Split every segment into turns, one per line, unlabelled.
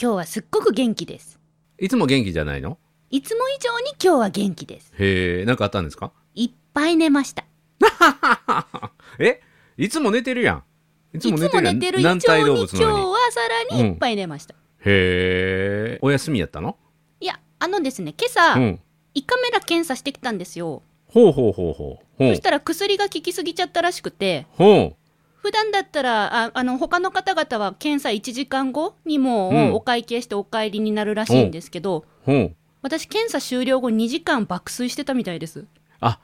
今日はすっごく元気です。
いつも元気じゃないの
いつも以上に今日は元気です。
へえ、なんかあったんですか
いっぱい寝ました。
えいつも寝てるやん。い
いつも寝てる以上
軟
に
体動
今
物
日
のように。
はさらにいっぱい寝ました。
へえ、お休みやったの
いや、あのですね、今朝、
うん。
胃カメラ検査してきたんですよ。
ほうほうほうほう。ほ
そうしたら薬が効きすぎちゃったらしくて、
ほ
普段だったら、ああの、他の方々は検査1時間後に
う
も
ん
うお会計してお帰りになるらしいんですけど、
うほう。
私検査終了後2時間爆睡してたみたいです。
あ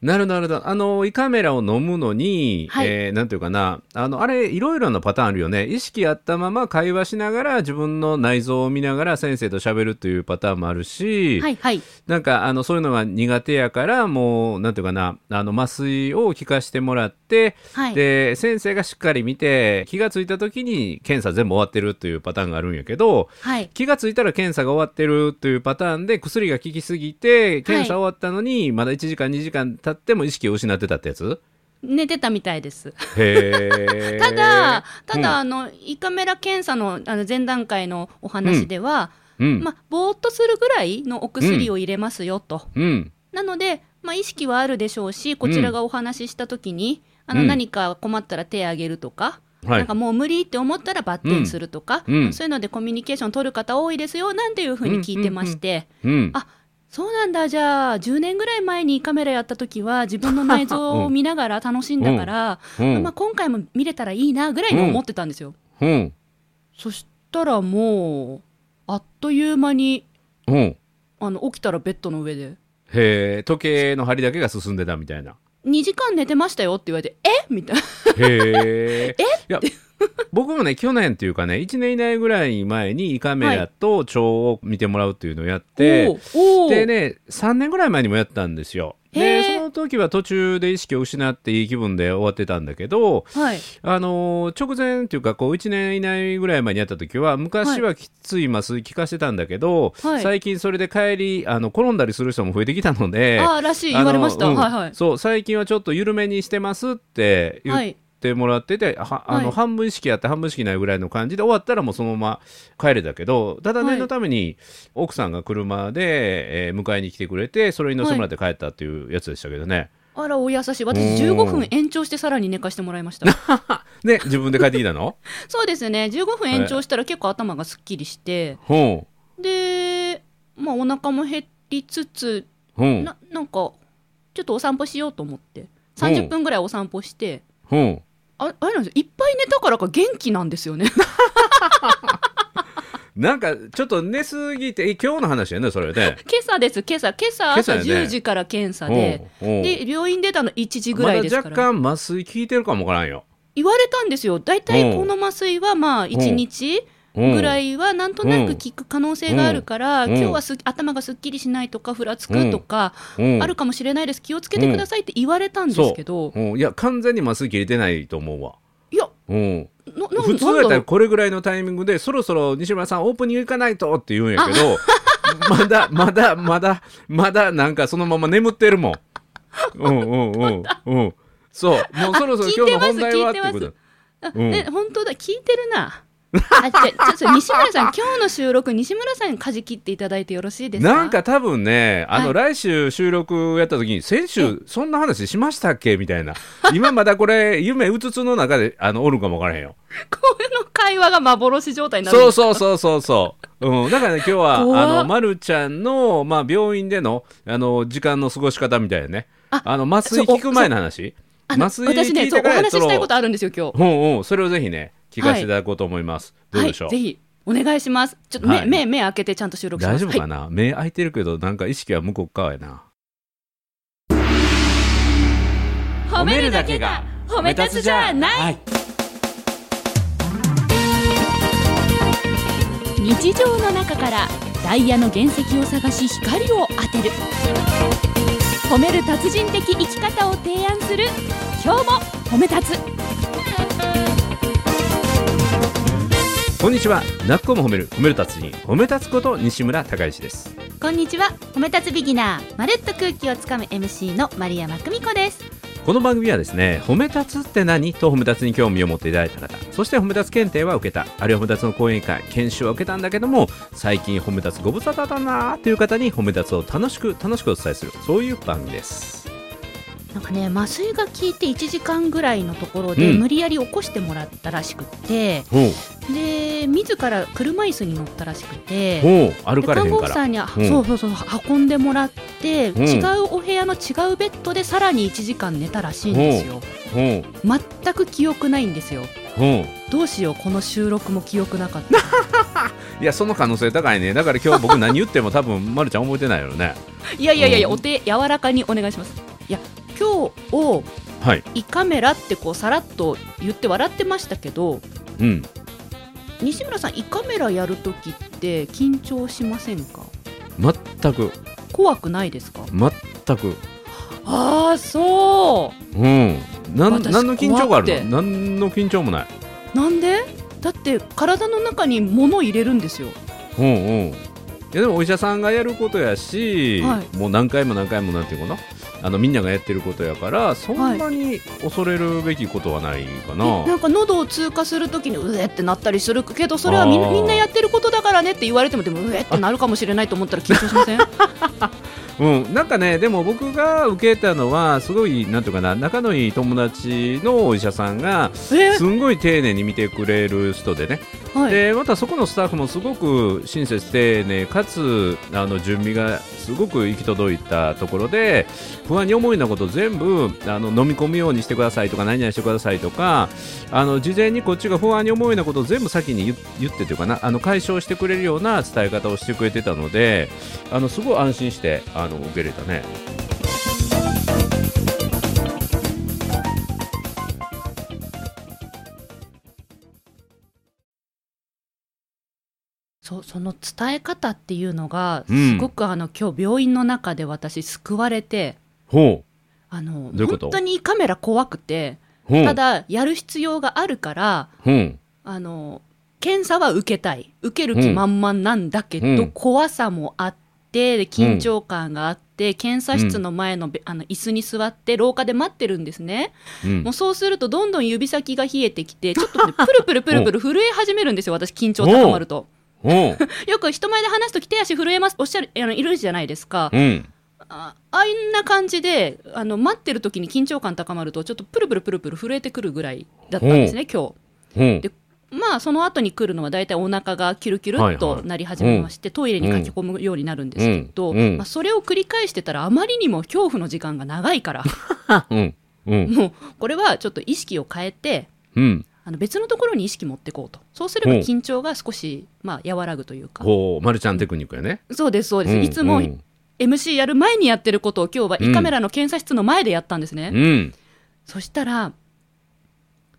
なるほどなるほどあの胃カメラを飲むのに、
はい
えーなんていうかなあのあれいろいろなパターンあるよね意識あったまま会話しながら自分の内臓を見ながら先生と喋るというパターンもあるし、
はいはい。
なんかあのそういうのが苦手やからもうなんていうかなあの麻酔を効かしてもらって、
はい。
で先生がしっかり見て気がついた時に検査全部終わってるというパターンがあるんやけど、
はい。
気がついたら検査が終わってるというパターンで薬が効きすぎて検査終わったのにまだ1時間2時間経っても意識を失ってたってや つ
寝てたみたいです。
へえ
ただ、ただ、
うん
あの、胃カメラ検査のあの前段階のお話では、
うん、
まあ、ぼーっとするぐらいのお薬を入れますよと。
うん
なので、まあ、意識はあるでしょうし、こちらがお話ししたときに、あの
うん
何か困ったら手あげるとか、
は
なん
い
かもう無理って思ったらバッテンするとか、
うんうん
そういうのでコミュニケーション取る方多いですよなんていうふうに聞いてまして、
うん
あそうなんだ、じゃあ、10年ぐらい前にカメラやった時は、自分の内臓を見ながら楽しんだから、
うん
まあ、今回も見れたらいいなぐらいに思ってたんですよ。
うん
そしたらもう、あっという間に、
うんへ
あの起きたらベッドの上で、
え時計の針だけが進んでたみたいな
2時間寝てましたよって言われて、えみたいな。
へえいや僕もね去年っていうかね1年以内ぐらい前に胃カメラと腸を見てもらうっていうのをやって、
おうおう
でね3年ぐらい前にもやったんですよ。
へ
で
ー
その時は途中で意識を失っていい気分で終わってたんだけど、
はい。
あのー直前っていうかこう1年以内ぐらい前にやった時は昔はきつい麻酔効かしてたんだけど、
はい
最近それで帰りあの転んだりする人も増えてきたので。
ああ、らしい、言われました。
あのうん
はいはい。
そう最近はちょっと緩めにしてますって言
は
っ
い。
てもらってて、はあ
は
の
い
半分意識あって半分意識ないぐらいの感じで終わったらもうそのまま帰れたけどただ
は
念
い
のために奥さんが車で、えー迎えに来てくれてそれに乗せてもらって帰ったっていうやつでしたけどね、
あら、お優しい。私、
う
15
ん
分延長してさらに寝かしてもらいました。
で自分で帰ってき たの
そうですね。15分延長したら結構頭がすっきりして、
ほ
で、まあ、お腹も減りつつ、
うほう
ななんか、ちょっとお散歩しようと思って、30分ぐらいお散歩して、
ほ
ああれなんですよ、いっぱい寝たからか元気なんですよね。
うなんかちょっと寝すぎてえ今日の話やねそれね
今朝です、今朝。今朝
今朝
朝
やね
10時から検査で、
ほうほう
で、病院出たの1時ぐらいですか
ま
ら。
だ若干麻酔効いてるかもわからんよ
言われたんですよ。大体この麻酔はまあ1日ぐら
い
いはなんとなく効く可能性があるから、
うんうん
今日はす頭がすっきりしないとか、ふらつくとか、あるかもしれないです、気をつけてくださいって言われたんですけど、
いや完全に麻酔切れてないと思うわ
いや、
うん
なな
普通やった
な
ら
んだ
これぐらいのタイミングでそろそろ西村さんオープニング行かないとって言うんやけど まだまだまだまだなんかそのまま眠ってるもん。うんうんうんうん。そうもうそろそろ今日の本題
聞
はっ
いて
て
ます
こと。
あ
うん
ね、本当だ、聞いてるな。あ、じゃあ、 ちょっと西村さん、今日の収録、西村さんにかじ切っていただいてよろしいですか
なんか多分ねあ
は
の
い
来週収録やった時に先週そんな話しましたっけみたいな今まだこれ夢うつつの中であのおるかもわからへんよ。
こういうの会話が幻状態になるん
そう
です
そうそうそうそう。うん、だからね今日は
怖っ
あの、ま、るちゃんの、まあ、病院でのあの時間の過ごし方みたいなね
あ
あの麻酔効く前の話
あの
麻酔
私ね、そう、お話ししたいこと
あ
あるんですよ、今日。
うんうんそれをぜひね聞かせていただこうと思います、どうでしょう、
はい、ぜひお願いします。ちょっと目、
はい
目、目開けてちゃんと収録しま
大
す。
丈夫か
はい、
な、目開いてるけどなんか意識は向こう側やなはい
日常の中からダイヤの原石を探し光を当てる褒める達人的生き方を提案する今日も褒め立つ
こんにちはなっこも褒める褒める達人褒め立つこと西村孝之です
こんにちは褒め立つビギナーまるっと空気をつかむ MC の丸山久美子です
この番組はですね褒め立つって何と褒め立つに興味を持っていただいた方そして褒め立つ検定は受けたあるいは褒め立つの講演会研修は受けたんだけども最近褒め立つご無沙汰だなーという方に褒め立つを楽しく楽しくお伝えするそういう番組です
なんかね麻酔が効いて1時間ぐらいのところで、
うん
無理やり起こしてもらったらしくって
ほう
で自ら車椅子に乗ったらしくて
ほう歩
で
かれへ
看
ん
護
か
師
ら
さんに、
うん
そうそうそう運んでもらって、
うん
違うお部屋の違うベッドでさらに1時間寝たらしいんですよ
ほう
全く記憶ないんですよ
ほう
どうしようこの収録も記憶なかった
いやその可能性高いねだから今日 僕何言っても多分まるちゃん覚えてないよね
いやいやいやいや
うん
お手柔らかにお願いしますいや今日を
はい
胃カメラってこうさらっと言って笑ってましたけど
うん
西村さん胃カメラやるときって緊張しませんか
全く
怖くないですか
全く
ああそう
うんなん
私
何の緊張があ
怖
る
くて
の何の緊張もない
なんでだって体の中に物入れるんですよ
うんうんいやでもお医者さんがやることやし、
は
もう何回も何回もなんていうかなあのみんながやってることやからそんなに恐れるべきことはないかな、
えなんか喉を通過するときにうえってなったりするけどそれはみん
あー
みんなやってることだからねって言われてもでもうえってなるかもしれないと思ったら緊張しませ ん
うん、なんかねでも僕が受けたのはすごいなんていうかな仲のいい友達のお医者さんが
え
すんごい丁寧に見てくれる人でね
はい
でまたそこのスタッフもすごく親切丁寧かつあの準備がすごく行き届いたところで不安に思いなこと全部あの飲み込むようにしてくださいとか何々してくださいとかあの事前にこっちが不安に思いなことを全部先に言言ってというかなあの解消してくれるような伝え方をしてくれてたのであのすごい安心してあの受けれたね。
そうその伝え方っていうのが
うん
すごくあの今日病院の中で私救われて
ほ
あの
どういうこと
本当に胃カメラ怖くて
うほう
ただやる必要があるから
ほう
あの検査は受けたい受ける気満々なんだけど、
うん
怖さもあってで緊張感があって、検査室の前のべあの椅子に座って廊下で待ってるんですね、
うん
もうそうするとどんどん指先が冷えてきてちょっとねプルプルプルプ ル震え始めるんですよ私緊張高まると
ほう
よく人前で話すとき手足震えますおっしゃるあのいるじゃないですか、
うん
ああんな感じであの待ってる時に緊張感高まるとちょっとプルプルプルプル震えてくるぐらいだったんですね今日。
ほう
でまあその後に来るのは大体お腹がキュルキュルっとなり始めまして、トイレに駆け込むようになるんですけど、
うんうん
まあ、それを繰り返してたらあまりにも恐怖の時間が長いから
うんうん
もうこれはちょっと意識を変えて
うん
あの別のところに意識持ってこうとそうすれば
うん
緊張が少し、まあ、和らぐというか
ほうまるちゃんテクニックやね。
そうですそうです、
うん
いつも
うん
MC やる前にやってることを今日は
う
胃
ん
カメラの検査室の前でやったんですね、
うん。
そしたら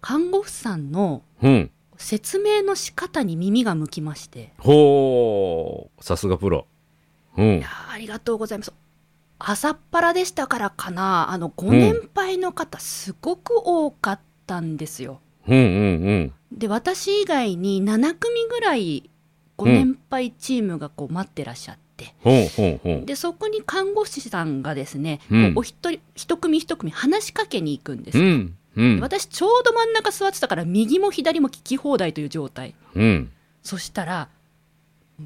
看護婦さんの
うん。
説明の仕方に耳が向きまして
ほう。さすがプロ。う
い
ん
や。ーありがとうございます。朝っぱらでしたからかな、あの、ご
ん
年配の方、すごく多かったんですよ。
うんうん
で、私以外に7組ぐらい、ご
うん
年配チームがこう待ってらっしゃって、
うん。ほうほうほう。
で、そこに看護師さんがですね、
うん
こうお一人、一組一組話しかけに行くんです
う
よ。
ん。う
で
ん。
私、ちょうど真ん中座ってたから、右も左も聞き放題という状態。
うん。
そしたら、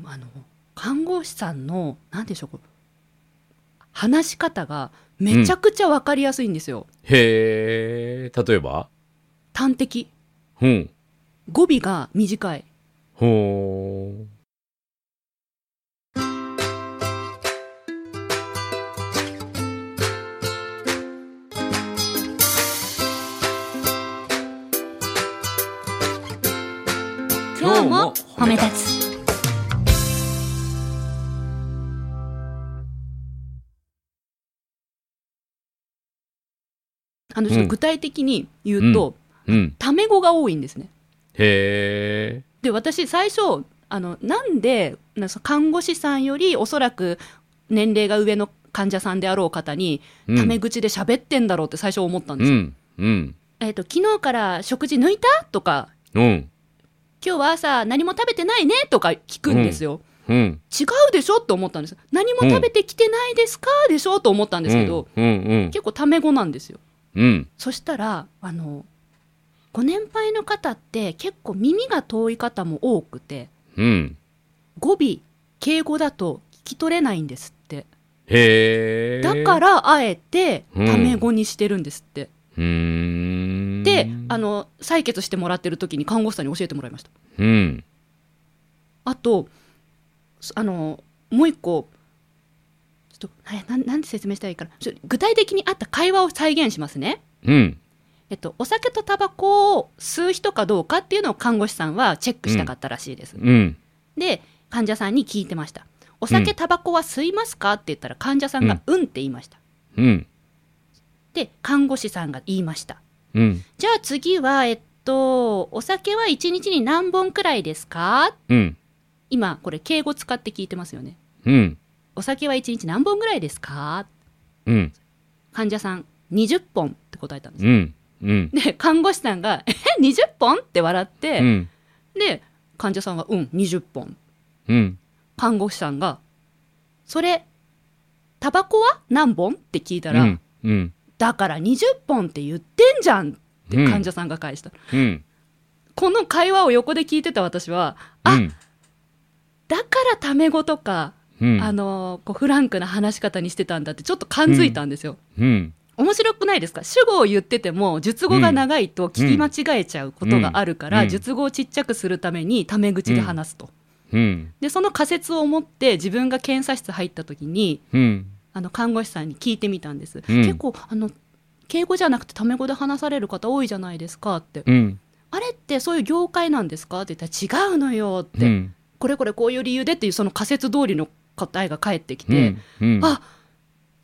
あの、看護師さんの、なんでしょうこう、話し方がめちゃくちゃわかりやすいんですよ。
へえ。例えば
端的。
うん。
語尾が短い。
ほう。今日も褒め
立つ。あの、ちょっと具体的に言うと、
うん。
タメ語が多いんですね。
へえ。
で私最初あのなんでなその看護師さんよりおそらく年齢が上の患者さんであろう方に
うん
タメ口で喋ってんだろうって最初思ったんで
う
すよ、
ん。うん。
えっと昨日から食事抜いたとか
うん。
今日は朝何も食べてないねとか聞くんですよ、
うん。
違うでしょって思ったんです何も食べてきてないですかでしょと思ったんですけど、
うん。うん。
結構タメ語なんですよ
うん。
そしたらあのご年配の方って結構耳が遠い方も多くて
うん。
語尾敬語だと聞き取れないんですって
へえ。。
だかららあえて
うん
タメ語にしてるんですって、
うーん。
であ、の採血してもらってる時に看護師さんに教えてもらいました
うん。
あとそあのもう一個ちょっとえなんなんて説明したらいいかなちょ具体的にあった会話を再現しますね
うん。
えっと、お酒とタバコを吸う人かどうかっていうのを看護師さんはチェックしたかったらしいです、
うん。
で患者さんに聞いてました「お酒、
うん
タバコは吸いますか?」って言ったら患者さんが「うん」って言いました
うん。
で看護師さんが言いました
うん。
じゃあ次はえっとお酒は1日に何本くらいですか
うん。
今これ敬語使って聞いてますよね
うん。
お酒は1日何本くらいですか
うん。
患者さん20本って答えたんです、
うん。うん。
で看護師さんが「え20本?」って笑って、
うん。
で患者さんが「うん20本
うん。」
看護師さんが「それタバコは何本?」って聞いた
う
ら、
ん。うん。
だから20本って言ってんじゃんって患者さんが返した、
うん。
この会話を横で聞いてた私はあ、
うん。
だからタメ語とか、
うん。
あのーこうフランクな話し方にしてたんだってちょっと感づいたんですよ、
うん。
面白くないですか主語を言ってても述語が長いと聞き間違えちゃうことがあるから、
うん
述語をちっちゃくするためにタメ口で話すと、
うん。
でその仮説を持って自分が検査室入った時に
うん。
あの看護師さんに聞いてみたんです、
うん
結構あの敬語じゃなくてタメ語で話される方多いじゃないですかって、
うん。
あれってそういう業界なんですかって言ったら違うのよって、
うん。
これこれこういう理由でっていうその仮説通りの答えが返ってき
う
て、
ん。うん。
あ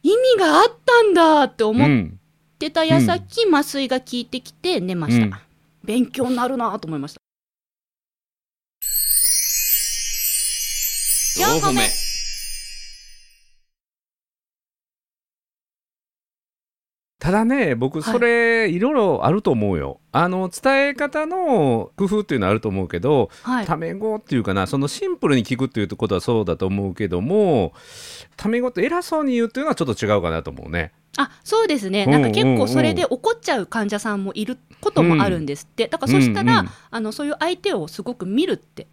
意味があったんだって
う
思っ
ん。
てた矢先、麻酔が効いてきて寝ました、
うん
勉強になるなと思いました4個目
ただね僕
はい
それいろいろあると思うよ、あの伝え方の工夫っていうのはあると思うけど
はい
タメ語っていうかなそのシンプルに聞くっていうことはそうだと思うけどもタメ語って偉そうに言うっていうのはちょっと違うかなと思うね
あそうですね、
うん
なんか結構それで怒っちゃう患者さんもいることもあるんですって、だからそしたら、
うんうん
あのそういう相手をすごく見るって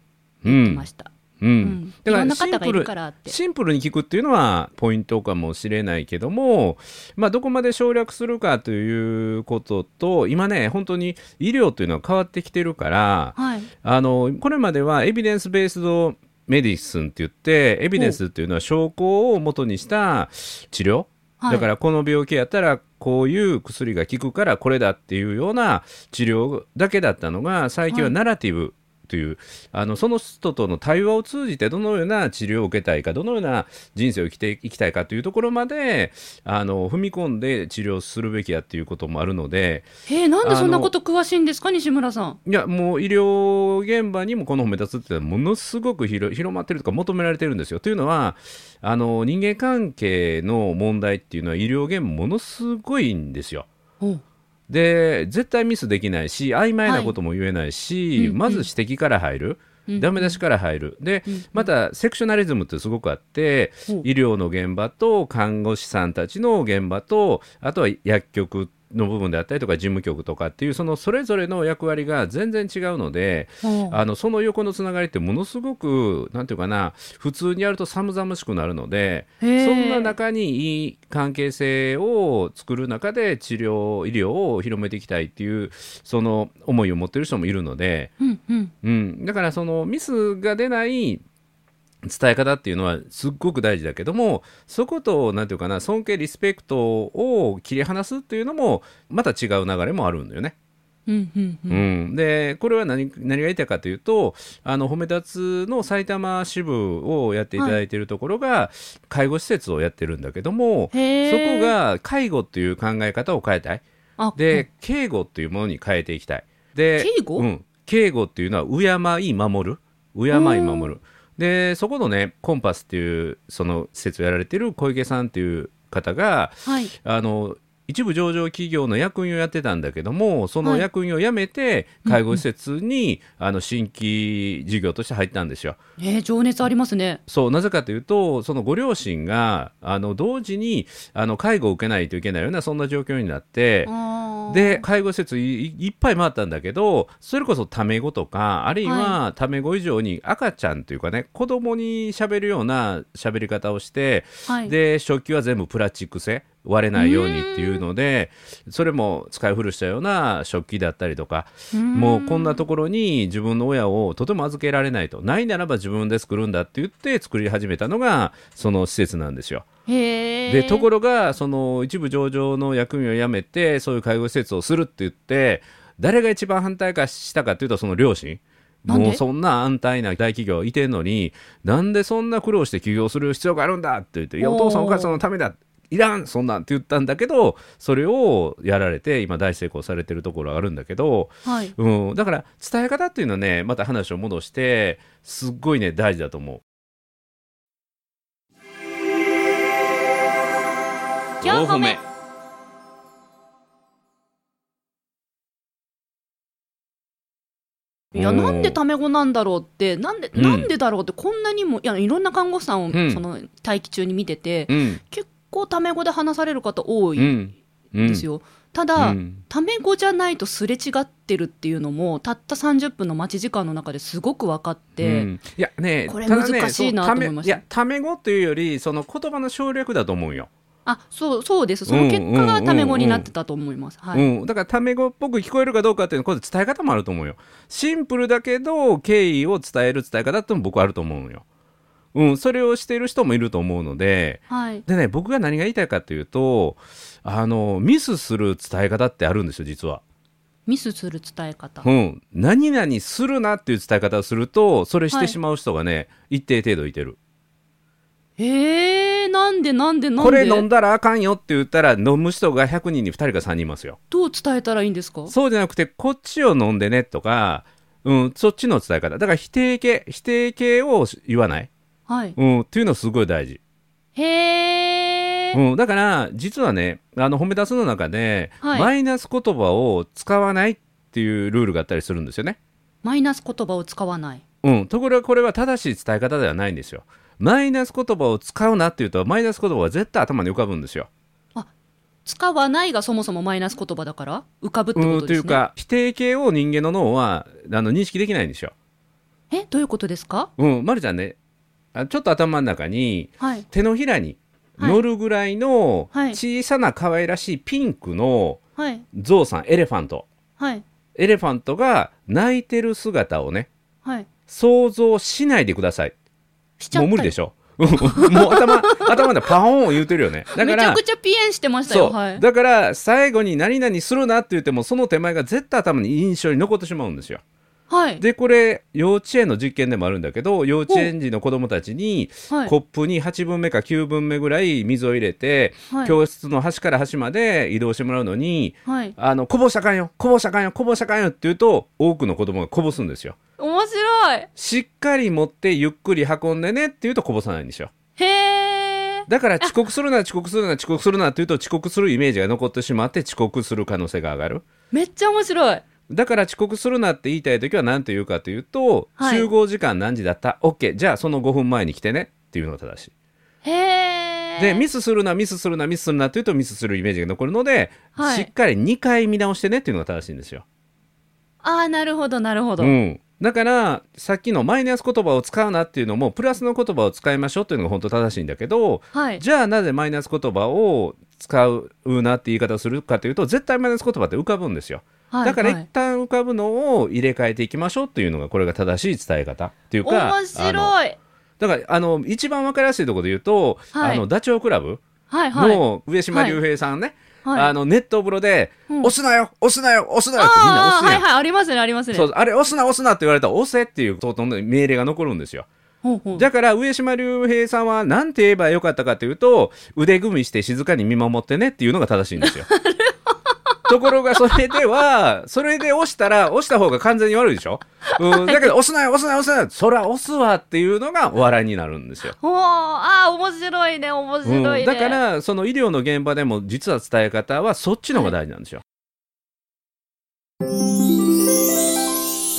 う
言ってま
ん、
した、
う
うん
ん、
い
だから
ろんな方がい
シンプ
る
ル
からって。
シンプルに聞くっていうのはポイントかもしれないけども、まあ、どこまで省略するかということと今ね本当に医療というのは変わってきてるから
はい、
あのこれまではエビデンス・ベースド・メディスンって言ってエビデンスっていうのは証拠を元にした治療、
はい、
だからこの病気やったらこういう薬が効くからこれだっていうような治療だけだったのが最近はナラティブという、あのその人との対話を通じてどのような治療を受けたいかどのような人生を生きていきたいかというところまであの踏み込んで治療するべきやっていうこともあるので
えー、なんでそんなこと詳しいんですか西村さん。
いやもう医療現場にもこの褒め立つっていうのはものすごく広広まってるとか求められてるんですよ。というのはあの人間関係の問題っていうのは医療現場ものすごいんですよ。
おう
で絶対ミスできないし曖昧なことも言えないし、
はいうん
まず指摘から入る、
うん
ダメ出しから入るで、
うん
またセクショナリズムってすごくあって、
うん
医療の現場と看護師さんたちの現場とあとは薬局の部分であったりとか事務局とかっていうそのそれぞれの役割が全然違うので
おう
あのその横のつながりってものすごくなんていうかな普通にやると寒々しくなるので
へー
そんな中にいい関係性を作る中で治療医療を広めていきたいっていうその思いを持ってる人もいるので、
うんうん
うん、だからそのミスが出ない伝え方っていうのはすっごく大事だけどもそことなんていうかな尊敬リスペクトを切り離すっていうのもまた違う流れもあるんだよね。
うんうんうん
うん、でこれは何何が言いたいかというとあの褒め立つの埼玉支部をやっていただいているところが、介護施設をやってるんだけどもそ
へー
こが介護っていう考え方を変えたい
あ
で、敬語っていうものに変えていきたいで
敬語
うん、敬語っていうのは敬い守る敬い守るでそこのねコンパスっていうその施設をやられてる小池さんっていう方が
はい
あの一部上場企業の役員をやってたんだけどもその役員を辞めて介護施設に、あの新規事業として入ったんですよ。
えー、情熱ありますね。
そうなぜかというとそのご両親があの同時にあの介護を受けないといけないようなそんな状況になって。
あー
で、介護施設いいいっぱい回ったんだけどそれこそタメ語とかあるいはタメ語以上に赤ちゃんというかね子供に喋るような喋り方をして、
はい、
で食器は全部プラスチック製割れないようにっていうのでそれも使い古したような食器だったりとかもうこんなところに自分の親をとても預けられないとないならば自分で作るんだって言って作り始めたのがその施設なんですよ。
へー
でところがその一部上場の役員を辞めてそういう介護施設をするって言って誰が一番反対かしたかっていうとその両親
なんで
もうそんな安泰な大企業いてんのになんでそんな苦労して起業する必要があるんだって言って「いや
おー
お父さんお母さんのためだ」いらんそんなんって言ったんだけどそれをやられて今大成功されてるところがあるんだけど、
はい、
うん、だから伝え方っていうのはねまた話を戻してすっごいね大事だと思う。
今日褒めいや
うん
なんでタメ語なんだろうってなんで、
うん
なんでだろうってこんなにもいやいろんな看護師さんを、
ん
その待機中に見てて、
うん
結構タメ語で話される方多い
うんんうん
ですよ、ただ、
うん
タメ語じゃないとすれ違ってるっていうのもたった30分の待ち時間の中ですごく分かって、
うんいやね
これ
ただね
難しいな
その
と思いました
ためやため語というよりその言葉の省略だと思うよ、
あそうそうですその結果がタメ語になってたと思います、はい、
うん、だからため語っぽく聞こえるかどうかっていうのはこれ伝え方もあると思うよシンプルだけど敬意を伝える伝え方ってのも僕はあると思うよ、うん、それをしている人もいると思うので
はい、
でね僕が何が言いたいかというとあのミスする伝え方ってあるんですよ実は、
ミスする伝え方、
うん、何々するなっていう伝え方をするとそれし
は
て
い
しまう人がね、一定程度いてる
えー、なんでなんでなんで
これ飲んだらあかんよって言ったら飲む人が100人に2人か3人いますよ
どう伝えたらいいんですか
そうじゃなくてこっちを飲んでねとか、うん、そっちの伝え方だから否定形否定形を言わない、
はい
うん、っていうのはすごい大事、
へー
うん、だから実はねあの褒め出すの中で、
はい
マイナス言葉を使わないっていうルールがあったりするんですよね、
マイナス言葉を使わない
うん、ところがこれは正しい伝え方ではないんですよマイナス言葉を使うなっていうとマイナス言葉は絶対頭に浮かぶんですよ
使わないがそもそもマイナス言葉だから浮かぶってこ
うん、
と
と
で
いう
すね。
か否定形を人間の脳はあの認識できないんですよ。
えどういうことですか？
うん、ま、るちゃんねあちょっと頭の中に
はい。
手のひらに
はい
乗るぐらいの
はい
小さな可愛らしいピンクの
はい
ゾウさんエレファント
はい
エレファントが泣いてる姿をね
はい。
想像しないでください
しちゃっ
も
たよ。
う無理でしょ もう頭頭でパオーン言うてるよね だか
めちゃ
ら
くちゃピエンしてました
そ
よ。
う、
はい。
だから最後に何々するなって言ってもその手前が絶対頭に印象に残ってしまうんですよ
はい
でこれ幼稚園の実験でもあるんだけど幼稚園児の子供たちに
はい
コップに8分目か9分目ぐらい水を入れて、
はい
教室の端から端まで移動してもらうのに
はい。
あのこぼしたらあかんよこぼしたらあかんよこぼしたらあかんよって言うと多くの子供がこぼすんですよ
面白い。
しっかり持ってゆっくり運んでねって言うとこぼさないんですよ
へえ。
だから遅刻するな遅刻するな遅刻するなって言うと遅刻するイメージが残ってしまって遅刻する可能性が上がる
めっちゃ面白い。
だから遅刻するなって言いたい時は何て言うかというと、
はい
集合時間何時だった OK じゃあその5分前に来てねっていうのが正し
へ
い
え。
でミスするなミスするなミスするなっていうとミスするイメージが残るので、
はい
しっかり2回見直してねっていうのが正しいんですよ、
ああなるほどなるほど。
うん、だからさっきのマイナス言葉を使うなっていうのもプラスの言葉を使いましょうっていうのが本当正しいんだけど
はい。
じゃあなぜマイナス言葉を使うなって言い方をするかというと絶対マイナス言葉って浮かぶんですよ
はい
だから
は
一
い
旦浮かぶのを入れ替えていきましょうというのがこれが正しい伝え方っていうか
面
あの
白い。
だからあの一番分かりやすいところで言うと、
はい
あのダチョウ倶楽部
はいはい。
の上島竜兵さんね、
はい
あのネット風呂で、
うん
押すなよ押すなよ押すなよってみんな
ああ
押すやん、
はいはいありますねありますね。
そうあれ押すな押すなって言われたら押せっていうと命令が残るんですよ
ほうほう
だから上島竜兵さんは何て言えば よかったかというと腕組みして静かに見守ってねっていうのが正しいんですよところがそれではそれで押したら押した方が完全に悪いでしょ、うん、だけど押すなよ押すなよ押すなよそら押すわっていうのがお笑いになるんですよ。
おーあー面白いね面白いね、
うん、だからその医療の現場でも実は伝え方はそっちの方が大事なんですよ。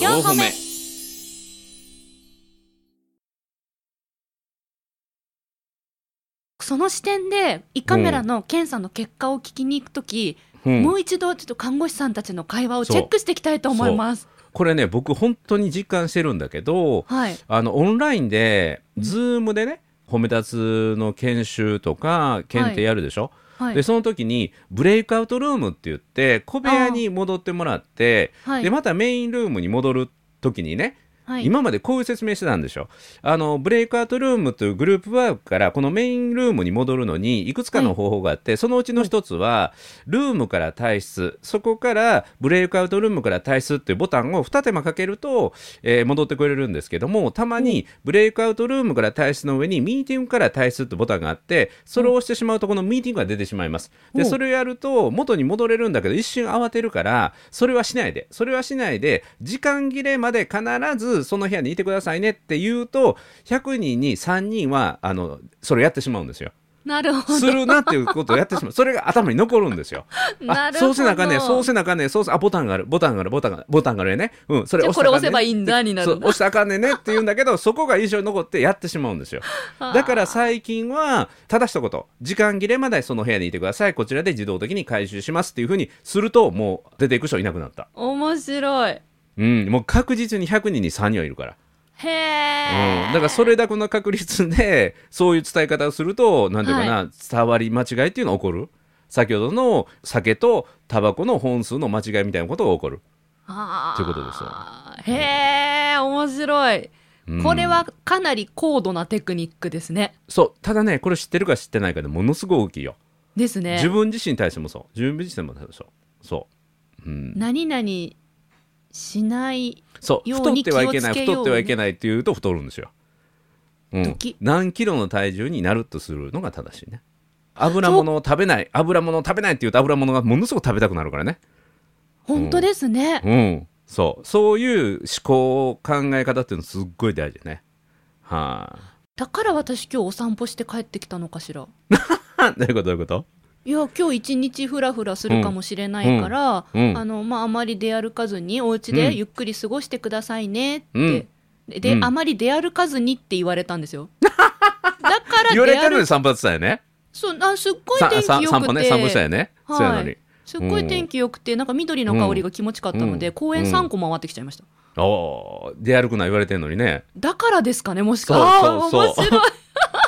4個目その視点で胃カメラの検査の結果を聞きに行くとき、
うん
もう一度ちょっと看護師さんたちの会話をチェックしていきたいと思います。
これね僕本当に実感してるんだけど
はい。
あのオンラインで Zoom でね褒め立つの研修とか検定やるでしょ、
はい
で。その時にブレイクアウトルームって言って小部屋に戻ってもらって、
はい
でまたメインルームに戻る時にね、
はい、
今までこういう説明してたんでしょあのブレイクアウトルームというグループワークからこのメインルームに戻るのにいくつかの方法があって、そのうちの一つはルームから退出そこからブレイクアウトルームから退出っていうボタンを2手間かけると、えー戻ってくれるんですけどもたまにブレイクアウトルームから退出の上にミーティングから退出ってボタンがあってそれを押してしまうとこのミーティングが出てしまいます。
う
で
ん
それをやると元に戻れるんだけど一瞬慌てるからそれはしないでそれはしないで時間切れまで必ずその部屋にいてくださいねって言うと100人に3人はあのそれをやってしまうんですよ。
なるほ
す
ど。
るなっていうことをやってしまうそれが頭に残るんですよ。
な
あ
るほど。
そうせなあかんねそうせなあかんねそうせあボタンがあるボタンがあるボタンがあるボタンがあるよね。うんそれ
じゃあ
押
これ押せば
い
いいんだにな
そう
るんだ
押したらあかんねんねって言うんだけどそこが印象に残ってやってしまうんですよ。だから
あ
最近はただ一言時間切れまでその部屋にいてくださいこちらで自動的に回収しますっていうふうにするともう出ていく人いなくなった、
ー面白い。
うん、もう確実に100人に3人はいるから、
へ
うん
え、、
だからそれだけの確率でそういう伝え方をすると何ていうかな、伝わり間違いっていうのが起こる先ほどの酒とタバコの本数の間違いみたいなことが起こる、
あー
ということですよ
へえ、面白い。
うん
これはかなり高度なテクニックですね。
そうただねこれ知ってるか知ってないかでものすごい大きいよ、
ですね。
自分自身に対してもそう自分自身もそうそう、うん、
何々しない。
そう
よ
太
う
っ
に
てはいけない
気をつけようね
太ってはいけないって言うと太るんですよ、う
ド
ん
キ、
何キロの体重になるとするのが正しいね油物を食べない油物を食べないって言うと油物がものすごく食べたくなるからね
本当ですね。
うんそうそういう思考考え方っていうのすっごい大事ねはい、
だから私今日お散歩して帰ってきたのかしら。
あ、どういうことどういうこと
いや今日一日フラフラするかもしれないから、
うんうん
あのまああまり出歩かずにお家
う
で
ん
ゆっくり過ごしてくださいねって、
うん
でで
うん
あまり出歩かずにって言われたんです よだから
言われ
出
てるの
歩
に散歩ってたよね
そうあすっごい
さ
天
さ
気良
散歩
く
ね
て、
散歩したよね、
はい
そうやのに
すっごい天気良くてなんか緑の香りが気持ちかったので、
うん
公園
うん
3個回ってきちゃいました、
おー出歩くな言われてるのにね
だからですかねもしか
そう
あー
そうそう
面白い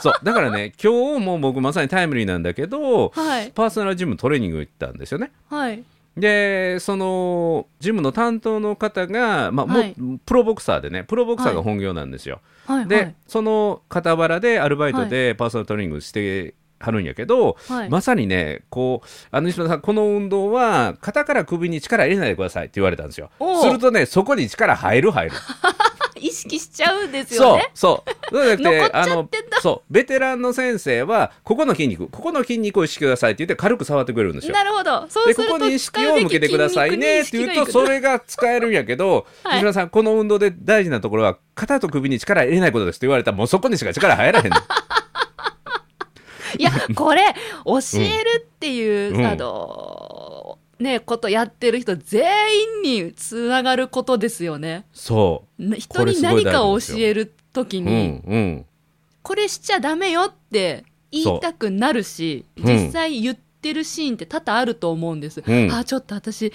そうだからね 今日も僕まさにタイムリーなんだけど
はい
パーソナルジムトレーニング行ったんですよね
はい
でそのジムの担当の方が、まあも
はい
プロボクサーでねプロボクサー
は
が
い
本業なんですよ、
はい
で、
はい
その傍らでアルバイトでパーソナルトレーニングしてはるんやけど、
はい、
まさにねこうあの西村さんこの運動は肩から首に力入れないでくださいって言われたんですよ
おう
するとねそこに力入る入る
意識しちゃうんですよね
そうそう。そうじゃなくて、
残っ
あ
ちゃっ
の
てん、
そう、ベテランの先生は、ここの筋肉、ここの筋肉を意識くださいって言って、軽く触ってくれるんですよ。
なるほどそう
ですこ
ると
こに意識を向けてくださいねって言うとそれが使えるんやけど、
はい
西村さんこの運動で大事なところは肩と首に力入れないことですって言われたらもうそこにしか力入らへんの
い や、これ、教えるっていう、
うん
あの、ね、ことやってる人全員につながることですよね。
そ
な人
これ
に
すご
何
い大事
かを
です
教
よ
えるとき
う、う
に、
んうん、
これしちゃダメよって言いたくなるし、
そう
実際言ってるシーンって多々あると思うんです。
うん
あ、ちょっと私、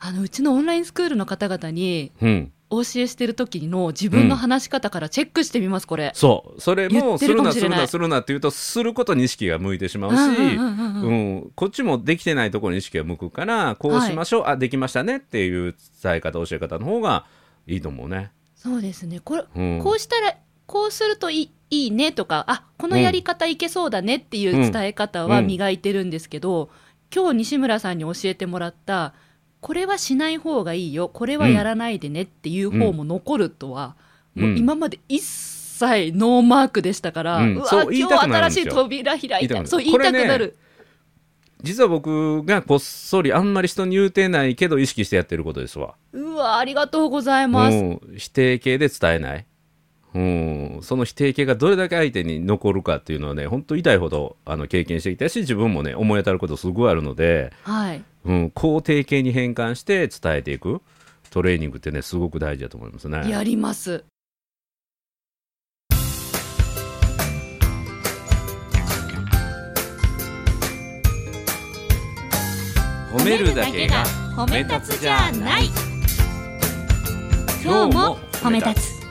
あの、うちのオンラインスクールの方々に、
うん、
お教えしてる時の自分の話し方からチェックしてみます、これ。
そうそれ
言
も
って
す
る
る
かも
な
し
す
れ
る
ない
なするなって言うとすることに意識が向いてしまうし、
うんうんうんうん
う
うん
ん、こっちもできてないところに意識が向くからこうしましょう、あできましたねっていう伝え方教え方の方がいいと思うね。
そうですね。これ、
うん、
こうしたら、こうするといいいいねとか、あこのやり方いけそうだねっていう伝え方は
うん
磨いてるんですけど、今日西村さんに教えてもらった、これはしない方がいいよ、これはやらないでねっていう方も残るとは、
うん
もう今まで一切ノーマークでしたから、う
うん
わ、
そう言い
今
た
日
くな
新
るん
し
です
い
よ
扉開い
言いたくな
た。
る
そう、言いたくな
これ
る
ね。実は僕がこっそりあんまり人に言うてないけど意識してやってることですわ。
うわありがとうございます、
うん、否定形で伝えない、うん、その否定形がどれだけ相手に残るかっていうのはね本当痛いほどあの経験してきたし自分もね思い当たることすごいあるので、
はい
うん、肯定形に変換して伝えていくトレーニングってねすごく大事だと思いますね。
やります
褒
褒
め立つじゃない今日も褒め立
つ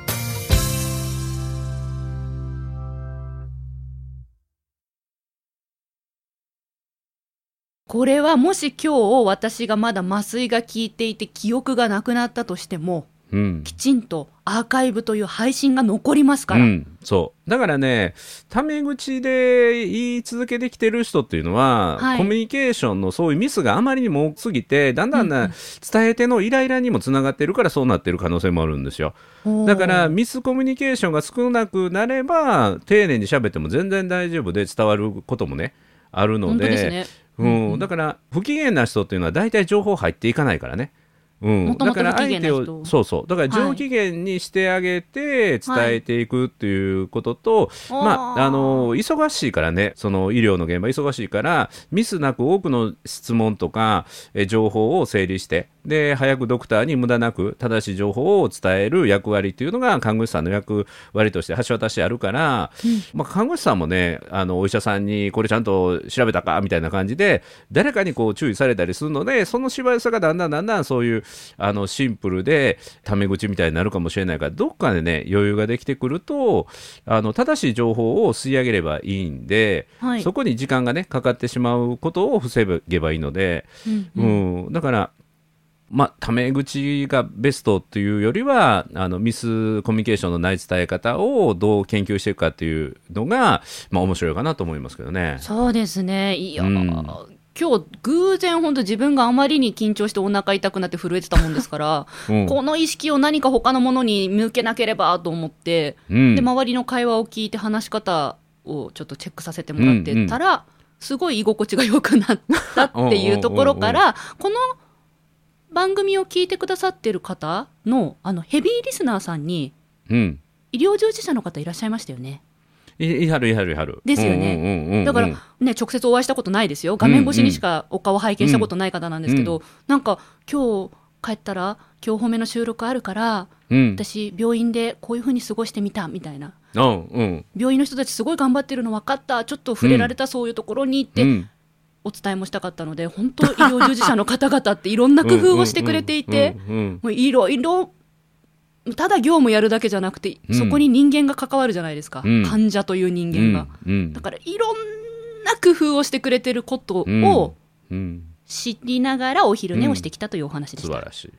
これはもし今日私がまだ麻酔が効いていて記憶がなくなったとしても
うん
きちんとアーカイブという配信が残りますか
う
ら、
ん、そうだからねタメ口で言い続けてきてる人っていうのは、
はい
コミュニケーションのそういうミスがあまりにも多すぎてだんだんな、
うんうん
伝え手のイライラにもつながってるからそうなってる可能性もあるんですよ
おー
だからミスコミュニケーションが少なくなれば丁寧に喋っても全然大丈夫で伝わることもねあるの
本当
で
ですね
うんだから不機嫌な人っていうのは大体情報入っていかないからね。うん、
もともと
だから
不機嫌
相
な
手
人
をそうそうだから上機嫌にしてあげて伝えていくっていうこと
は
と、
い
ま
あー
ああの忙しいからねその医療の現場忙しいからミスなく多くの質問とかえ情報を整理してで早くドクターに無駄なく正しい情報を伝える役割っていうのが看護師さんの役割として橋渡しあるから、まあ、看護師さんもねあのお医者さんにこれちゃんと調べたかみたいな感じで誰かにこう注意されたりするのでそのしわ寄せがだんだんだんだんそういうあのシンプルでタメ口みたいになるかもしれないからどっかでね余裕ができてくるとあの正しい情報を吸い上げればいいんで、
はい
そこに時間がねかかってしまうことを防げばいいので、
うんうん
うんだからまあ、タメ口がベストというよりはあのミスコミュニケーションのない伝え方をどう研究していくかっていうのが、まあ、面白いかなと思いますけどね。
そうですね。いや、
うん
今日偶然本当自分があまりに緊張してお腹痛くなって震えてたもんですから、
うん
この意識を何か他のものに向けなければと思って、
うん
で周りの会話を聞いて話し方をちょっとチェックさせてもらってたら、すごい居心地が良くなったっていうところから、この番組を聞いてくださってる方のあのヘビーリスナーさんに
うん
医療従事者の方いらっしゃいましたよね。
いいはるいはるいはる。
ですよね
うんうんうんうん
だから
うん
ね、直接お会いしたことないですよ、画面越しにしかお顔拝見したことない方なんですけど、
う
なんか今日帰ったら、今日褒めの収録あるから、
うん、
私、病院でこういうふうに過ごしてみたみたいな、
うんうん
病院の人たち、すごい頑張ってるの分かった、ちょっと触れられた、そういうところにっ
う
て
ん
お伝えもしたかったので、本当、医療従事者の方々っていろんな工夫をしてくれていて、
うんうん
もういろいろ、ただ業務やるだけじゃなくて、
うん
そこに人間が関わるじゃないですか、
うん
患者という人
うんう
間
ん
が。
うん
だからいろんな工夫をしてくれてることを
うんうん
知りながらお昼寝をしてきたというお話でし
素
た。
晴らしい。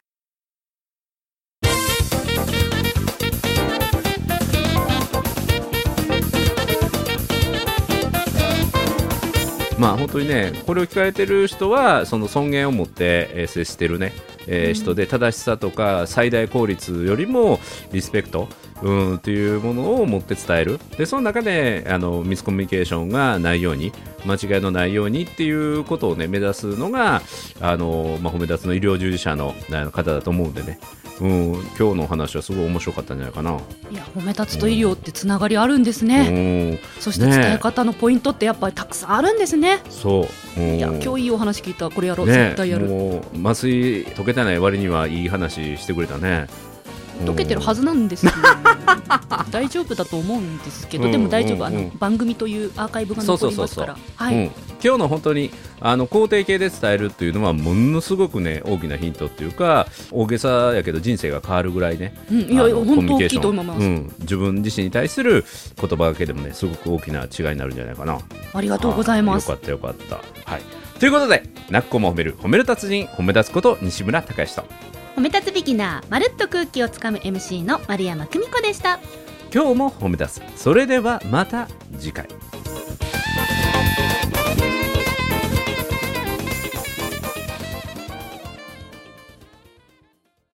まあ本当にねこれを聞かれてる人はその尊厳を持って、えー接してるね、えー
うん
人で正しさとか最大効率よりもリスペクトうんっていうものを持って伝えるでその中であのミスコミュニケーションがないように間違いのないようにっていうことをね目指すのがあの、まあ、褒め立つの医療従事者のあの方だと思うんでね、うん、今日のお話はすごい面白かったんじゃないかな。
いや褒め立つと医療ってつながりあるんですね。
うん
そして
ねえ
伝え方のポイントってやっぱりたくさんあるんですね。
そう、うん
いや今日いいお話聞いたこれやろう、
ね
絶対やる。
もう麻酔溶けてない割にはいい話してくれたね
溶けてるは
ず
ずなんですよ 大丈夫だと思うんですけど、でも大丈夫、あ
うんうん
の
うん
番組というアーカイブが残りますから
そ。
は
うん
い、
今日の本当にあの肯定形で伝えるっていうのはものすごくね大きなヒントっていうか大げさやけど人生が変わるぐらいね
うん、いやいや
あの
本
コミュ
当
ニケ
大
ー
き
シ
い
ョ
と
ン
思います。
うん、自分自身に対する言葉だけでもねすごく大きな違いになるんじゃないかなあり
ありがとうございます。
よかったよかったはいということで泣く子も褒める褒める達人褒め立つこと西村孝之と
褒め立つビギナーまるっと空気をつかむ MC の丸山久美子でした
今日も褒め立つそれではまた次回